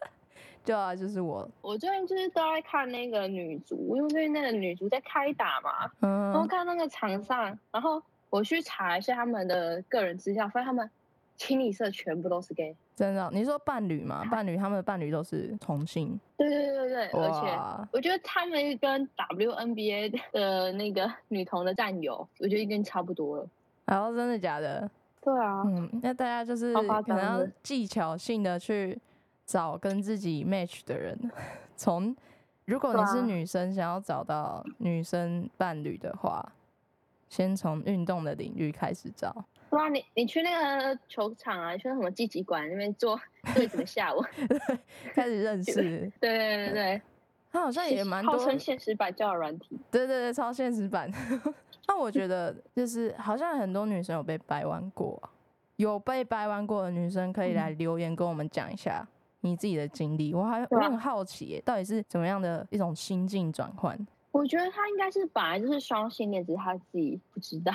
S1: 对啊，就是我，
S2: 我最近就是都在看那个女足，因为最近那个女足在开打嘛，然后
S1: 嗯，
S2: 看那个场上，然后我去查一下他们的个人资料，发现他们清一色全部都是 gay。
S1: 真的哦，你说伴侣嘛，伴侣他们的伴侣都是同性，
S2: 对对对对，而且
S1: 哇，
S2: 我觉得他们跟 WNBA 的呃那个 女童的战友，我觉得已经差不多了。
S1: 然后真的假的？
S2: 对啊，
S1: 嗯，那大家就是
S2: 超夸
S1: 可能
S2: 张
S1: 要
S2: 的
S1: 技巧性的去找跟自己 match 的人。 从如果
S2: 对
S1: 你是
S2: 啊
S1: 女生，想要找到女生伴侣的话，先从运动的领域开始找。
S2: 对啊，你你去那个球场啊，你去那什么积极馆那边坐坐一整个下午。
S1: 开始认识，
S2: 对对对对，
S1: 他好像也蛮多
S2: 号，称现实版交友软体。
S1: 对对对，超现实版。 那我觉得就是好像很多女生有被掰弯过啊、有被掰弯过的女生可以来留言跟我们讲一下你自己的经历。我还我
S2: 嗯对啊
S1: 很好奇耶、到底是怎么样的一种心境转换，
S2: 我觉得他应该是本来就是双性恋，只是他自己不知道。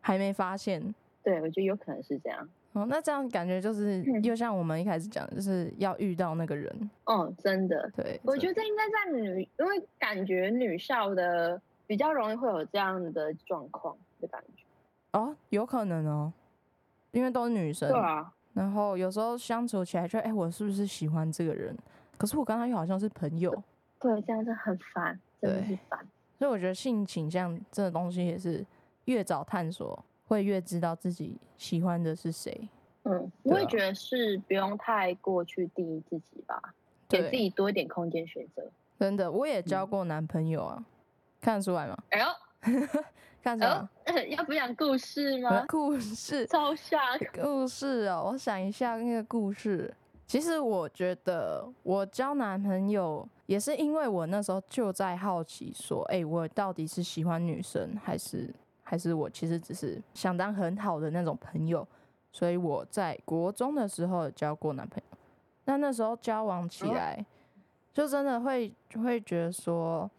S1: 还没发现。
S2: 对，我觉得有可能是这样。
S1: 哦，那这样感觉就是
S2: 嗯
S1: 又像我们一开始讲的，就是要遇到那个人。
S2: 嗯，真的，
S1: 对，
S2: 我
S1: 得
S2: 觉得应该在女，因为感觉女校的比较容易会有这样的状况的感觉。
S1: 哦，有可能哦，因为都是女生。
S2: 对啊，
S1: 然后有时候相处起来就，哎、我是不是喜欢这个人？可是我跟他又好像是朋友，
S2: 对，这样子很烦，真的
S1: 对
S2: 是烦。
S1: 所以我觉得性倾向这个东西也是越早探索，会越知道自己喜欢的是谁。
S2: 嗯，
S1: 对
S2: 我也
S1: 啊
S2: 觉得是不用太过去定义自己吧，给自
S1: 对，
S2: 己嗯多一点空间选择。
S1: 真的，我也交过男朋友啊，看得出来吗？
S2: 哎呦，
S1: 看出
S2: 哎
S1: 来
S2: 呦
S1: 吗？
S2: 呃要不讲故事
S1: 呃
S2: 吗？
S1: 故事，
S2: 超像，
S1: 故事哦，我想一下那个故事。其实我觉得我交男朋友也是因为我那时候就在好奇说，哎、我到底是喜欢女生还是还是我其实只是想当很好的那种朋友，所以我在国中的时候有交过男朋友。那那时候交往起
S2: 嗯
S1: 来，就真的会会觉得说，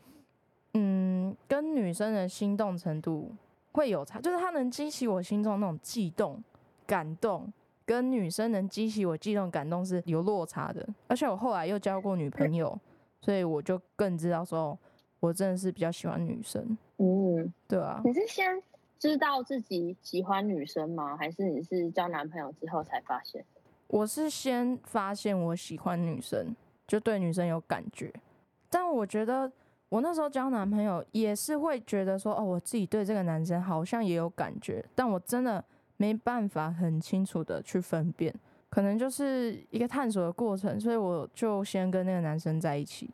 S1: 嗯，跟女生的心动程度会有差，就是她能激起我心中那种悸动、感动，跟女生能激起我悸动、感动是有落差的。而且我后来又交过女朋友，所以我就更知道说，我真的是比较喜欢女生，
S2: 嗯，
S1: 对啊。
S2: 你是先知道自己喜欢女生吗？还是你是交男朋友之后才发现？
S1: 我是先发现我喜欢女生，就对女生有感觉，但我觉得我那时候交男朋友也是会觉得说，哦，我自己对这个男生好像也有感觉，但我真的没办法很清楚的去分辨，可能就是一个探索的过程，所以我就先跟那个男生在一起，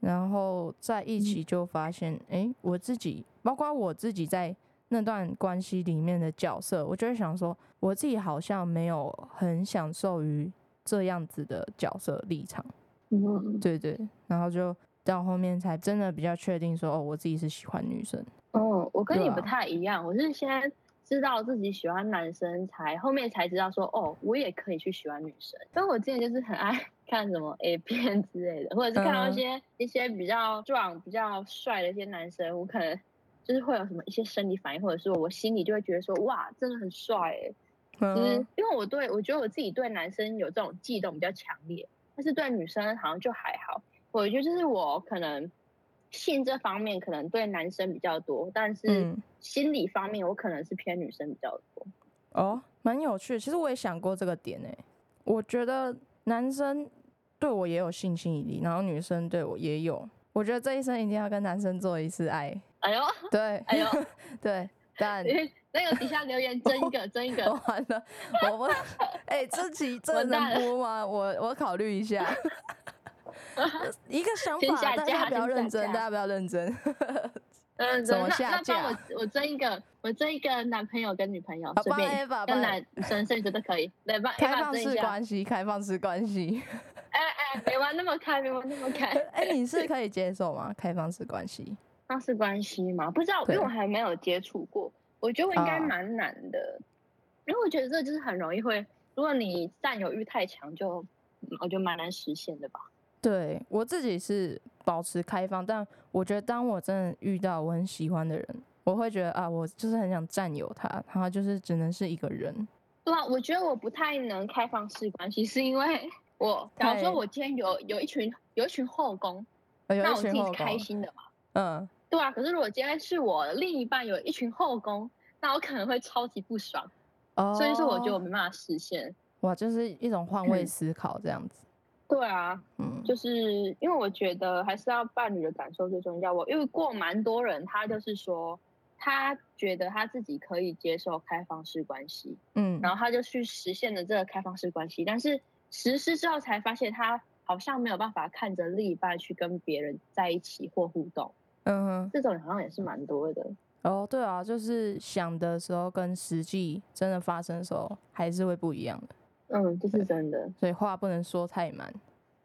S1: 然后在一起就发现，诶，我自己，包括我自己在那段关系里面的角色，我就会想说，我自己好像没有很享受于这样子的角色立场，
S2: 嗯，
S1: 对对，然后就到后面才真的比较确定说，哦，我自己是喜欢女生，
S2: 哦，我跟
S1: 对
S2: 你
S1: 啊
S2: 不太一样，我是先知道自己喜欢男生才，后面才知道说，哦，我也可以去喜欢女生。因为我之前就是很爱 看什么 A 片之类的，或者是看到
S1: 嗯
S2: 一些、一些比较壮、比较帅的一些男生，我可能就是会有什么一些生理反应，或者是我心里就会觉得说，哇，真的很帅哎、就是
S1: 嗯，
S2: 因为我对我觉得我自己对男生有这种悸动比较强烈，但是对女生好像就还好。我觉得就是我可能性这方面可能对男生比较多，但是
S1: 嗯，
S2: 心理方面我可能是偏女生比较多。
S1: 哦，蛮有趣。其实我也想过这个点诶、我觉得男生对我也有性吸引力，然后女生对我也有。我觉得这一生一定要跟男生做一次爱，
S2: 哎呦，
S1: 对，
S2: 哎呦，
S1: 对，但
S2: 那个底下留
S1: 哦
S2: 言争一个，争一
S1: 我
S2: 个，
S1: 完了，我不，哎、这集这
S2: 完
S1: 能
S2: 蛋
S1: 播吗？我我考虑一 下。一个想
S2: 先
S1: 法，
S2: 下
S1: 大家
S2: 架
S1: 不要
S2: 先
S1: 认
S2: 下
S1: 真，
S2: 架
S1: 大家不要认真。
S2: 嗯，
S1: 怎
S2: 对
S1: 么
S2: 那
S1: 下
S2: 那帮
S1: 架
S2: 我我争一个，我争一个男朋友跟女朋友，
S1: 好
S2: 随
S1: 帮
S2: 便
S1: Eva 帮
S2: 跟男生谁觉得可以，来帮
S1: 开
S2: Eva
S1: 放
S2: 争一
S1: 式
S2: 下。
S1: 关系，开放式关 系。
S2: 哎哎，没玩那么开，没玩那么开。
S1: 哎、你是可以接受吗？开放式关系？
S2: 那是关系吗？不知道，因
S1: 对
S2: 为我还没有接触过。我觉得我应该
S1: 啊
S2: 蛮难的，因为我觉得这就是很容易会，如果你占有欲太强，就嗯我觉得蛮难实现的吧。
S1: 对我自己是保持开放，但我觉得当我真的遇到我很喜欢的人，我会觉得啊，我就是很想占有他，然后就是只能是一个人。
S2: 对啊，我觉得我不太能开放式关系，是因为我假如
S1: 太
S2: 说我今天有有一群有一群后宫，
S1: 呃有
S2: 那
S1: 一
S2: 我自
S1: 群
S2: 己
S1: 后
S2: 是开
S1: 宫，
S2: 心的嘛。
S1: 嗯，
S2: 对啊，可是如果今天是我另一半有一群后宫，那我可能会超级不爽，
S1: 哦，
S2: 所以说我觉得我没办法实现。
S1: 哇，就是一种换位
S2: 嗯
S1: 思考这样子，
S2: 对啊，
S1: 嗯，
S2: 就是因为我觉得还是要伴侣的感受最重要。我遇过蛮多人，他就是说，他觉得他自己可以接受开放式关系，
S1: 嗯，
S2: 然后他就去实现了这个开放式关系，但是实施之后才发现他好像没有办法看着另一半去跟别人在一起或互动，
S1: 嗯哼，
S2: 这种人好像也是蛮多的。
S1: 哦，对啊，就是想的时候跟实际真的发生的时候还是会不一样的，
S2: 嗯，这是真的，
S1: 所以话不能说太满。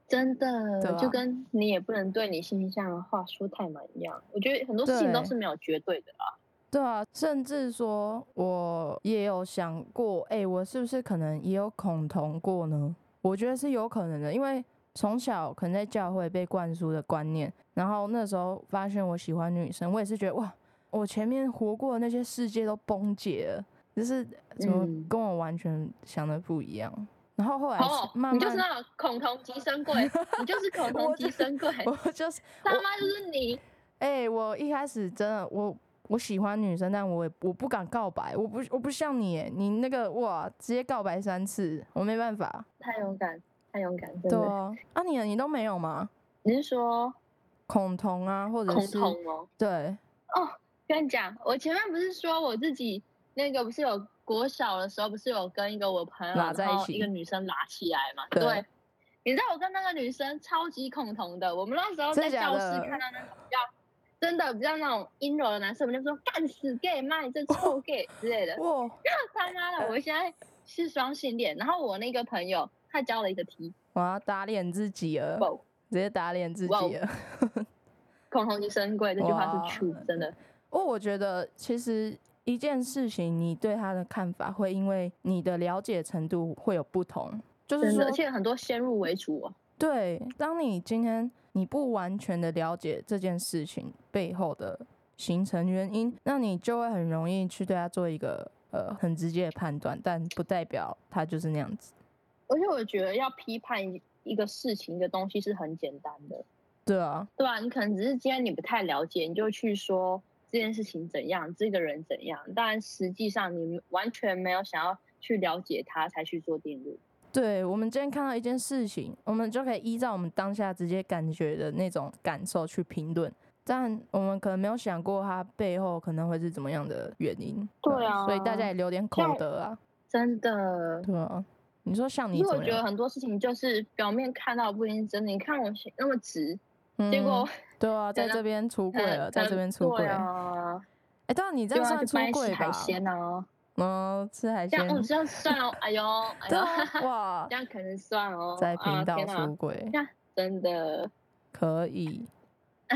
S2: 真的，
S1: 对啊
S2: 就跟你也不能对你性向的话说太满一样。我觉得很多事情都
S1: 对
S2: 是没有绝对的啦。
S1: 对啊，甚至说我也有想过，哎、我是不是可能也有恐同过呢？我觉得是有可能的，因为从小可能在教会被灌输的观念，然后那时候发现我喜欢女生，我也是觉得哇，我前面活过的那些世界都崩解了，就是怎么
S2: 嗯
S1: 跟我完全想的不一样。然后后来
S2: 哦，
S1: 是慢
S2: 你就是
S1: 慢，
S2: 那种恐同极生 贵，你就是恐
S1: 我
S2: 同
S1: 就
S2: 极生贵，
S1: 我 就是
S2: 他妈就是你。
S1: 哎、我一开始真的我我喜欢女生，但我也我不敢告白，我不我不像你耶，你那个哇，直接告白三次，我没办法。
S2: 太勇敢，太勇敢，真
S1: 对
S2: 的。
S1: 啊，啊你呢你都没有吗？
S2: 你是说
S1: 恐同啊，或者
S2: 恐
S1: 是
S2: 同哦？
S1: 对，
S2: 哦，跟你讲，我前面不是说我自己那个不是有国小的时候，不是有跟一个我朋友
S1: 拉在一
S2: 然后
S1: 起
S2: 一个女生拉起来嘛？
S1: 对
S2: 对。你知道我跟那个女生超级恐同的，我们那时候
S1: 真
S2: 在
S1: 的假
S2: 教室
S1: 的
S2: 看到那种比较真的比较那种阴柔的男生，我们就说干死 gay，妈你这 臭 gay 之类的。
S1: 哇，
S2: 他妈
S1: 呃
S2: 的，我现在是双性恋，然后我那个朋友他交了一个 T，
S1: 我要打脸自己了，
S2: 哇，
S1: 直接打脸自
S2: 哇哦
S1: 己了。
S2: 恐同即生贵这句话
S1: 哇
S2: 是 true，真的，
S1: 哦，我觉得其实一件事情，你对他的看法会因为你的了解程度会有不同，就是
S2: 真
S1: 说
S2: 的，而且很多先入为主哦。
S1: 对，当你今天你不完全的了解这件事情背后的形成原因，那你就会很容易去对它做一个呃很直接的判断，但不代表它就是那样子。
S2: 而且我觉得要批判一一个事情的东西是很简单的，
S1: 对啊，
S2: 对吧、你可能只是今天你不太了解，你就去说这件事情怎样，这个人怎样，但实际上你完全没有想要去了解他才去做定论。
S1: 对我们今天看到一件事情，我们就可以依照我们当下直接感觉的那种感受去评论。但我们可能没有想过它背后可能会是怎么样的原因，
S2: 对
S1: 所以大
S2: 啊
S1: 家也留点口
S2: 像
S1: 德啊，
S2: 真的，
S1: 对啊。你说像你
S2: 因为
S1: 怎
S2: 我
S1: 么
S2: 觉得
S1: 样？
S2: 很多事情就是表面看到不一定是真的。你看我那么直，结
S1: 嗯
S2: 果
S1: 对啊，在
S2: 可能
S1: 这边出柜
S2: 呃
S1: 了，在
S2: 呃
S1: 这边出
S2: 对
S1: 柜。
S2: 啊，
S1: 哎，当然你这
S2: 对
S1: 样
S2: 啊，
S1: 算
S2: 就
S1: 出
S2: 搬
S1: 柜
S2: 起
S1: 吧
S2: 海？鲜啊，
S1: 嗯，吃海
S2: 这
S1: 鲜
S2: 样，哦，这样算哦，哎呦，哎
S1: 对
S2: 呦，
S1: 啊，哇
S2: 这，样可能算哦，
S1: 在
S2: 啊
S1: 频道
S2: 天哪
S1: 出柜
S2: 这样真的，
S1: 可 以，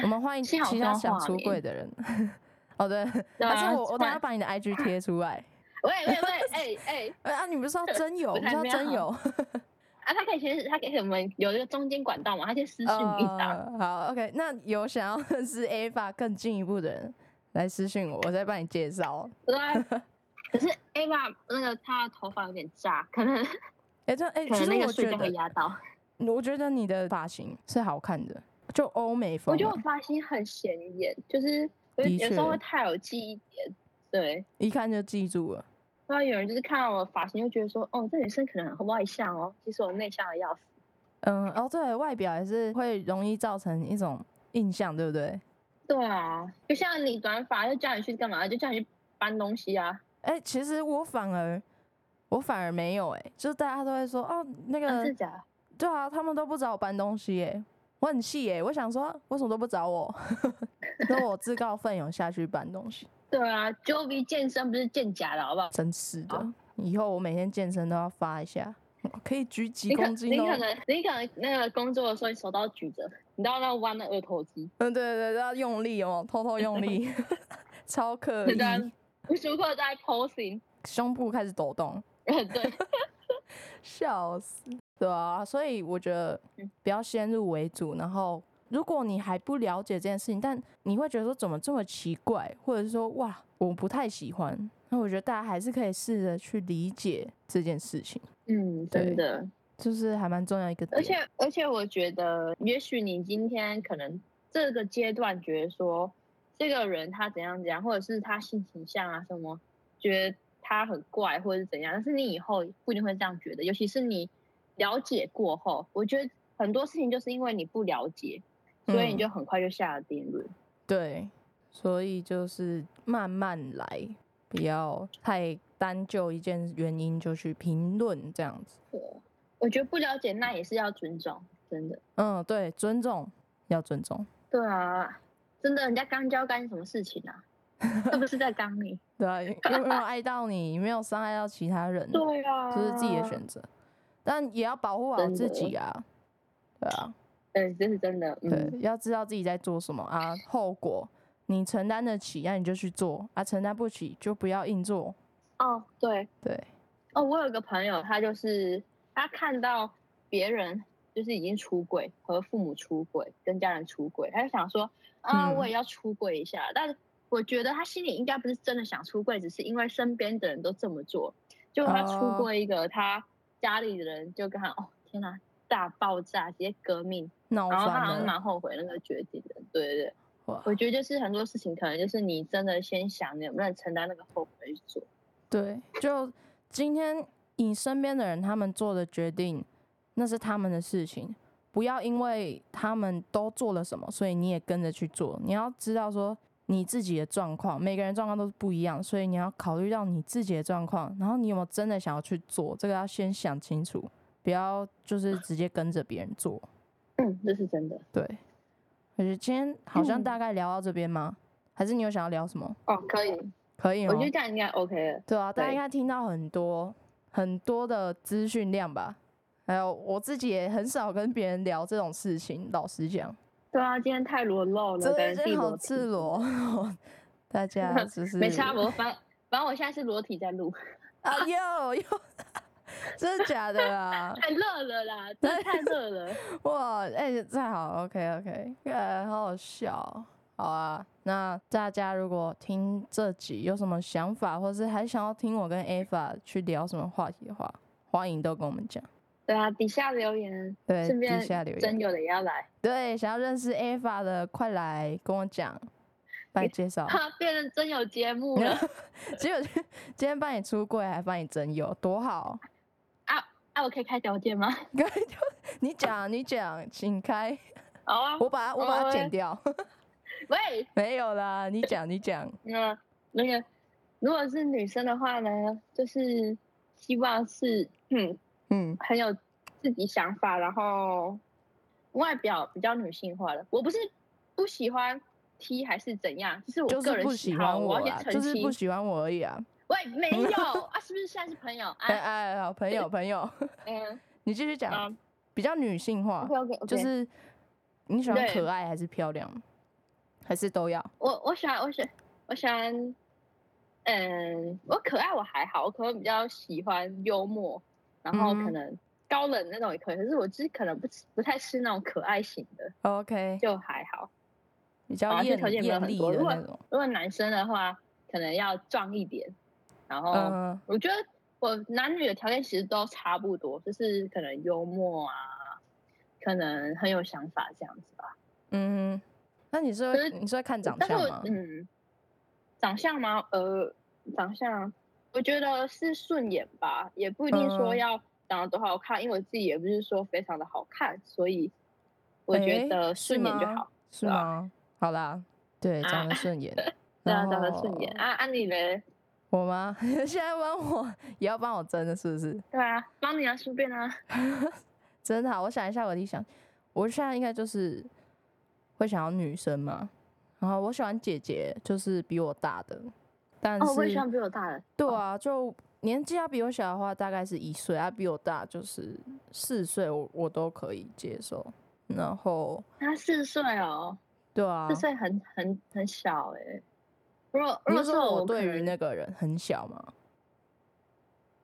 S1: 我们欢迎其
S2: 幸好
S1: 他
S2: 是要
S1: 想
S2: 画
S1: 出
S2: 面
S1: 柜的人。 哦，对，
S2: 对
S1: 还
S2: 啊
S1: 是我我
S2: 换
S1: 等下把你的 IG 贴出来。
S2: 喂喂喂，哎哎，
S1: 哎啊，你不 是要真有，
S2: 不
S1: 不是
S2: 太
S1: 要真
S2: 妙
S1: 有？
S2: 啊，他可以先，他可以给我们有一个中间管道嘛，他先私信你啊，
S1: 呃，好，OK，那有想要认识 A 法更进一步的人来私信我，我再帮你介绍。
S2: 对吧。可是 Ava 那个她的头发有点炸，可能
S1: 哎，这哎，
S2: 可
S1: 其实
S2: 能那个
S1: 我
S2: 睡
S1: 觉
S2: 觉会
S1: 得，
S2: 压到。
S1: 我觉得你的发型是好看的，就欧美风
S2: 我
S1: 啊，
S2: 觉得我发型很显眼，就是有
S1: 的
S2: 有时候
S1: 确
S2: 会太有记忆点。对，
S1: 一看就记住了。
S2: 不然有人就是看到我发型就觉得说，哦，这女生可能很外向哦，其实我内向的要死。
S1: 嗯，哦，对，外表也是会容易造成一种印象，对不对？
S2: 对啊，就像你短发，就叫你去干嘛？就叫你去搬东西啊。
S1: 哎、其实我反而我反而没有、哎，就是大家都会说哦，那
S2: 啊真
S1: 个
S2: 的假的？
S1: 对啊，他们都不找我搬东西、哎，我很气、哎，我想说为什么都不找我？ 那我自告奋勇下去搬东西，
S2: 对啊，Jovi 健身不是健假的好不好？
S1: 真是的
S2: 好。
S1: 以后我每天健身都要发一下，可以举几
S2: 你可
S1: 公
S2: 你
S1: 斤哦。
S2: 可能你可能那个工作的时候，你手刀举着，你到那弯那二头肌，
S1: 嗯，对对对，要用力哦，偷偷用力，超刻意
S2: 对，啊无时无刻在 posing。
S1: 胸部开始抖动。
S2: 对，
S1: 笑死！对啊，所以我觉得
S2: 嗯
S1: 不要先入为主，然后如果你还不了解这件事情，但你会觉得说怎么这么奇怪，或者是说哇我不太喜欢，那我觉得大家还是可以试着去理解这件事情，
S2: 嗯，真
S1: 对
S2: 的。
S1: 就是还蛮重要一个点。
S2: 而且而且，我觉得，也许你今天可能这个阶段觉得说，这个人他怎样怎样，或者是他性倾向啊什么，觉得他很怪或者是怎样，但是你以后不一定会这样觉得，尤其是你了解过后，我觉得很多事情就是因为你不了解，所
S1: 嗯
S2: 以你就很快就下了定论。
S1: 对，所以就是慢慢来，不要太单就一件原因就去评论这样子。
S2: 我觉得不了解那也是要尊重，真的。
S1: 嗯，对，尊重要尊重。
S2: 对啊，真的，人家刚交干你什么事情 啊？是不是在刚你？
S1: 对啊，又没有爱到你，没有伤害到其他人，
S2: 对啊，
S1: 这是自己的选择，但也要保护好
S2: 真
S1: 自
S2: 的
S1: 己啊。对啊，
S2: 对，这是真的。嗯、
S1: 对，要知道自己在做什么啊，后果你承担得起，那你就去做啊；承担不起就不要硬做。
S2: 哦，对，
S1: 对，
S2: 哦，我有个朋友，他就是他看到别人就是已经出轨，和父母出轨，跟家人出轨，他就想说，啊、
S1: 嗯
S2: 我也要出轨一下。但我觉得他心里应该不是真的想出轨，只是因为身边的人都这么做。就他出
S1: 哦
S2: 轨一个，他家里的人就跟他，哦，天哪、大爆炸，直接革命，
S1: 闹
S2: 然后啊他好
S1: 翻
S2: 像
S1: 了，
S2: 蛮后悔那个决定的，对对对，
S1: 哇
S2: 我觉得就是很多事情可能就是你真的先想你能不能承担那个后果去做，
S1: 对，就今天你身边的人他们做的决定，那是他们的事情，不要因为他们都做了什么，所以你也跟着去做。你要知道说你自己的状况，每个人状况都是不一样，所以你要考虑到你自己的状况，然后你有没有真的想要去做，这个要先想清楚，不要就是直接跟着别人做。
S2: 嗯，这是真的。
S1: 对，我觉得今天好
S2: 嗯
S1: 像大概聊到这边吗？还是你有想要聊什么？
S2: 哦，可以，
S1: 可以
S2: 我
S1: 哦。
S2: 觉得这样应该 OK 了。
S1: 对啊，大家
S2: 对
S1: 应该听到很多很多的资讯量吧？还有我自己也很少跟别人聊这种事情，老实讲，
S2: 对啊，今天太裸露了，
S1: 真
S2: 感
S1: 的
S2: 觉自己
S1: 是好
S2: 裸体
S1: 赤。裸。 大 家就是
S2: 没差，我反反正我现在是裸体 在录，
S1: 啊，有有， 真的假的啊？
S2: 太热了啦，真的太热了。
S1: 哇，哎、这好，OK OK，呃，好好笑哦，好啊。那大家如果听这集有什么想法，或是还想要听我跟 Ava 去聊什么话题的话，欢迎都跟我们讲。
S2: 对啊，底下留言，
S1: 对，
S2: 顺便
S1: 底下留言。
S2: 真有的也要来，
S1: 对，想要认识 Ava 的，快来跟我讲，帮你介绍。
S2: 哈，变成真有节目了
S1: 结果今天帮你出柜，还帮你征友，多好！
S2: 啊 啊！我可以开条件吗？
S1: 刚才就你讲，你讲，请开，
S2: 好啊，
S1: 我把它我把它
S2: 哦
S1: 剪掉，
S2: 喂，
S1: 没有啦，你讲，你讲，
S2: 那那个如果是女生的话呢，就是希望是嗯
S1: 嗯，
S2: 很有自己想法，然后外表比较女性化的。我不是不喜欢 T 还是怎样，就是我
S1: 就
S2: 个
S1: 是
S2: 人
S1: 不
S2: 喜
S1: 喜
S2: 好，
S1: 欢
S2: 我
S1: 我
S2: 要
S1: 啦，
S2: 先
S1: 就
S2: 澄
S1: 是
S2: 清。
S1: 不喜欢我而已啊。
S2: 喂， 没有啊，是不是现在是朋友
S1: 哎
S2: 啊？
S1: 哎，好朋友朋友，
S2: 嗯，
S1: 你继续讲
S2: 好，
S1: 比较女性化
S2: OK，OK OK，
S1: 就是你喜欢
S2: 对
S1: 可爱还是漂亮，还是都要？
S2: 我我喜欢我喜欢我喜欢，嗯，我可爱我还好，我可能比较喜欢幽默，然后可
S1: 嗯
S2: 能高冷那种也可以，可是我就是可能不吃不太吃那种可爱型的，
S1: OK，
S2: 就还好。
S1: 比较
S2: 啊这
S1: 艳
S2: 条件没有
S1: 艳
S2: 很
S1: 丽
S2: 多
S1: 的
S2: 如果
S1: 那种，
S2: 如果男生的话，可能要壮一点，然后、
S1: 嗯。
S2: 我觉得我男女的条件其实都差不多，就是可能幽默啊，可能很有想法这样子吧。
S1: 嗯哼，那你是
S2: 可
S1: 会
S2: 是
S1: 你是会看长
S2: 但是
S1: 相
S2: 我
S1: 吗？
S2: 嗯，长相吗？呃，长相，我觉得是顺眼吧，也不一定说
S1: 嗯
S2: 要长得多好看，因为我自己也不是说非常的好看，所以我觉
S1: 诶
S2: 得
S1: 是
S2: 顺眼就
S1: 吗
S2: 好。
S1: 是
S2: 对啊
S1: 吗？好啦，对，
S2: 啊
S1: 长得顺眼，
S2: 对
S1: 然
S2: 啊，
S1: 后
S2: 长得顺
S1: 哦
S2: 眼啊，啊你嘞？
S1: 我吗？ 现在帮我也要帮我争了，是不是？
S2: 对啊，帮你啊，顺便啊。
S1: 真的好，啊我想一下我的理想，我现在应该就是会想要女生嘛，然后我喜欢姐姐，就是比我大的，但
S2: 哦，我也
S1: 是、
S2: 喜欢比我大的。
S1: 对啊，就年纪要比我小的话，大概是一岁；，啊，比我大就是四岁，我我都可以接受。然后
S2: 他四岁哦，
S1: 对啊
S2: 四，岁很很很小哎、如果如
S1: 你
S2: 果
S1: 是
S2: 是
S1: 说
S2: 我
S1: 我
S2: 我可
S1: 对于
S2: 能
S1: 那个人很小吗？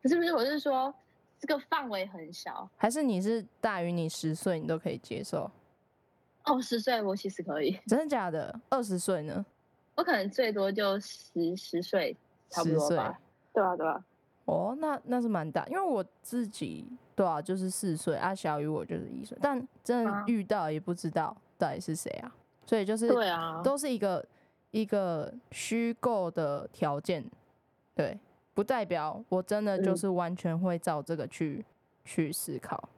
S2: 不是不是，我是说这个范围很小。
S1: 还是你是大于你十岁，你都可以接受？
S2: 哦，十岁我其实可以，
S1: 真的假的？二十岁呢？
S2: 我可能最多就十十岁，差不
S1: 10
S2: 多
S1: 岁
S2: 吧。对啊对啊，
S1: 哦，那那是蛮大，因为我自己对啊，就是四岁啊，小于我就是一岁，但真的
S2: 啊
S1: 遇到也不知道到底是谁啊，所以就是
S2: 对啊
S1: 都是一个一个虚构的条件，对，不代表我真的就
S2: 嗯
S1: 是完全会照这个去、去思考，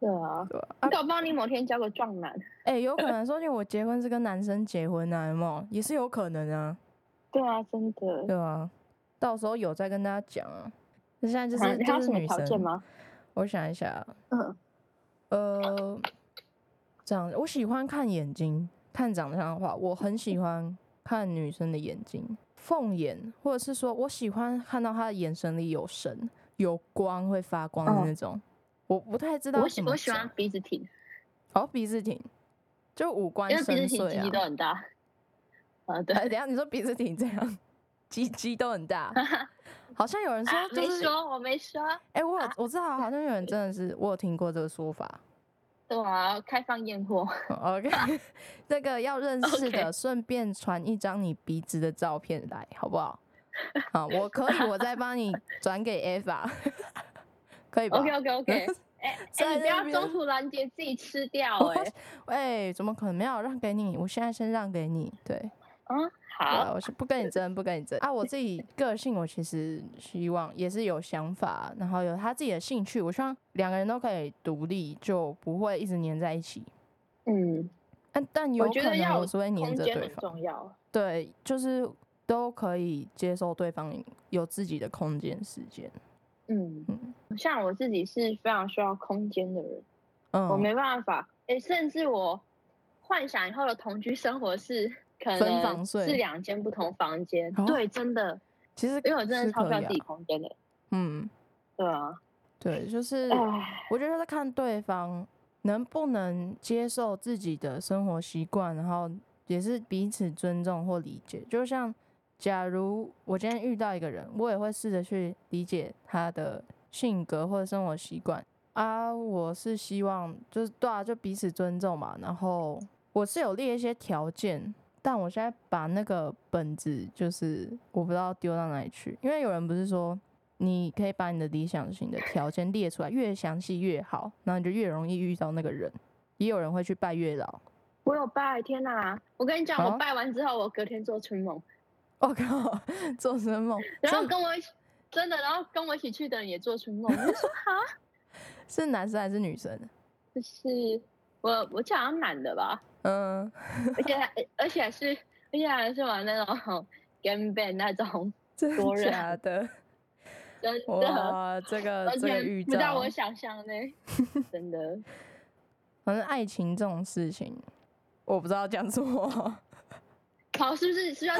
S2: 对啊。
S1: 对吧、啊？
S2: 你搞不好你某天交个壮 男。
S1: 哎、有可能说不定我结婚是跟男生结婚啊，有没有？也是有可能啊，
S2: 对啊，真
S1: 对
S2: 的。
S1: 啊，到时候有再跟大家讲啊。那现在就
S2: 啊
S1: 是
S2: 你还
S1: 就
S2: 有
S1: 是
S2: 什么
S1: 女
S2: 条件
S1: 生，
S2: 吗？
S1: 我想一下啊，
S2: 嗯，
S1: 呃，这样，我喜欢看眼睛，看长相的话，我很喜欢看女生的眼睛，凤眼，或者是说我喜欢看到她的眼神里有神、有光，会发光的
S2: 哦
S1: 那种。我不太知道
S2: 我喜
S1: 什么
S2: 我喜欢
S1: 讲
S2: 鼻子挺，
S1: 哦，鼻子挺，就五官
S2: 因为鼻
S1: 深
S2: 子挺鸡
S1: 邃
S2: 鸡都
S1: 啊。
S2: 很大。 啊，对
S1: 哎，，等一下你说鼻子挺这样，鸡鸡都很 大，好像有人说
S2: 啊
S1: 就
S2: 没
S1: 是，
S2: 说，啊我没说。
S1: 哎、我有我知道，好像有人真的是我有听过这个说法，
S2: 对啊，开放验货。
S1: OK，那 个要认识
S2: OK
S1: 的，顺便传一张你鼻子的照片来，好不好？啊，我可以，我再帮 你转给 Eva，可以吧？
S2: OK OK OK，哎、
S1: 在
S2: 哎，你
S1: 那
S2: 不要
S1: 边
S2: 中途拦截自己吃 掉
S1: 我
S2: 哎、
S1: 哎、怎么可能没有让给你？我现在先让给你，对，
S2: 嗯，
S1: 对啊
S2: 好，
S1: 我是不跟你争，不跟你争啊！我自己个性，我其实希望也是有想法，然后有他自己的兴趣，我希望两个人都可以独立，就不会一直黏在一起。
S2: 嗯，
S1: 但但有
S2: 我
S1: 可
S2: 觉得
S1: 能
S2: 要
S1: 我是会黏
S2: 空
S1: 着
S2: 间
S1: 对
S2: 很
S1: 方。
S2: 重要。
S1: 对，就是都可以接受对方有自己的空间、时间。
S2: 嗯
S1: 嗯，
S2: 像我自己是非常需要空间的人，
S1: 嗯，
S2: 我没办法，哎、甚至我幻想以后的同居生 活是可
S1: 分房
S2: 能
S1: 睡
S2: 是两间不同房间，
S1: 哦
S2: 对，真的，
S1: 其实
S2: 因为我真的
S1: 是
S2: 超需
S1: 可
S2: 要
S1: 以
S2: 自己
S1: 啊。
S2: 空间的，
S1: 嗯，
S2: 对啊，
S1: 对，就是
S2: 唉，
S1: 我觉得是看对方能不能接受自己的生活习惯，然后也是彼此尊重或理解。就像假如我今天遇到一个人，我也会试着去理解他的性格或者生活习惯啊。我是希望就是对啊，就彼此尊重嘛。然后我是有列一些条件。但我现在把那个本子，就是我不知道丢到哪里去，因为有人不是说你可以把你的理想型的条件列出来，越详细越好，然后你就越容易遇到那个人。也有人会去拜月老，
S2: 我有拜，天哪、我跟你讲，
S1: 啊
S2: 我拜完之后，我隔天做春梦，
S1: 我、靠，做什么梦？
S2: 然后
S1: 是
S2: 跟我一起。真的，然后跟我一起去的人也做春 梦，我就说哈，
S1: 是男生还是女生？
S2: 就是我我记得好像男的吧，
S1: 嗯，
S2: 而且还而且还是而且还是玩那种 game band 那种，
S1: 真
S2: 多
S1: 的
S2: 人
S1: 假的？
S2: 真的
S1: 哇，这个
S2: 完
S1: 这个
S2: 全
S1: 预
S2: 不到
S1: 兆
S2: 我，想象 内，真的。
S1: 反正爱情这种事情，我不知道讲什么，
S2: 好，是不是是不是要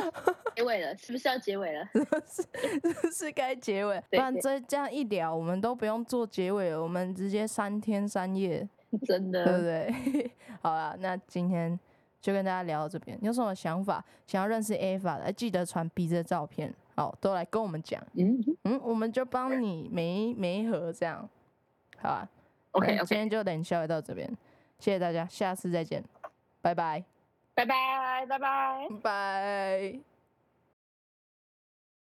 S2: 结尾了？是不是要结尾了？
S1: 是是该结尾，不
S2: 对
S1: 然
S2: 对
S1: 这这样一聊，我们都不用做结尾了，我们直接三天三夜
S2: 真
S1: 对不
S2: 的，
S1: 对？ 好了，那今天就跟大家聊到这边。你有什么想法？想要认识 A 法的，记得传 B 的照片，好，都来跟我们讲。
S2: 嗯
S1: 嗯，我们就帮你每一每一盒这样，好啊。
S2: ，OK
S1: 那今
S2: OK，
S1: 天就冷笑到这边，谢谢大家，下次再见，拜拜，
S2: 拜拜拜拜。
S1: 拜。